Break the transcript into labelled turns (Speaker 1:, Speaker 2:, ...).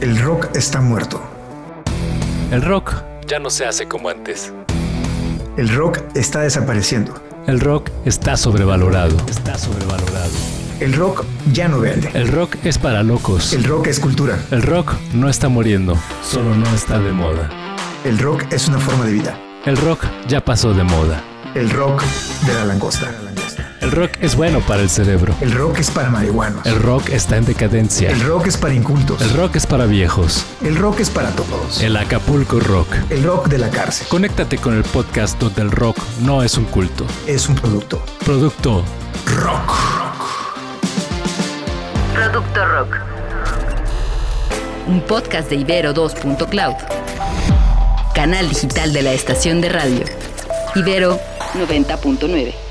Speaker 1: El rock está muerto.
Speaker 2: El rock ya no se hace como antes.
Speaker 1: El rock está desapareciendo.
Speaker 2: El rock está sobrevalorado. Está sobrevalorado.
Speaker 1: El rock ya no vende.
Speaker 2: El rock es para locos.
Speaker 1: El rock es cultura.
Speaker 2: El rock no está muriendo, solo no está de moda.
Speaker 1: El rock es una forma de vida.
Speaker 2: El rock ya pasó de moda.
Speaker 1: El rock de la langosta.
Speaker 2: El rock es bueno para el cerebro.
Speaker 1: El rock es para marihuanos.
Speaker 2: El rock está en decadencia.
Speaker 1: El rock es para incultos.
Speaker 2: El rock es para viejos.
Speaker 1: El rock es para todos.
Speaker 2: El Acapulco Rock.
Speaker 1: El rock de la cárcel.
Speaker 2: Conéctate con el podcast donde el rock no es un culto.
Speaker 1: Es un producto.
Speaker 2: Producto
Speaker 1: Rock.
Speaker 3: Producto Rock. Un podcast de Ibero 2.cloud. Canal digital de la estación de radio. Ibero 90.9.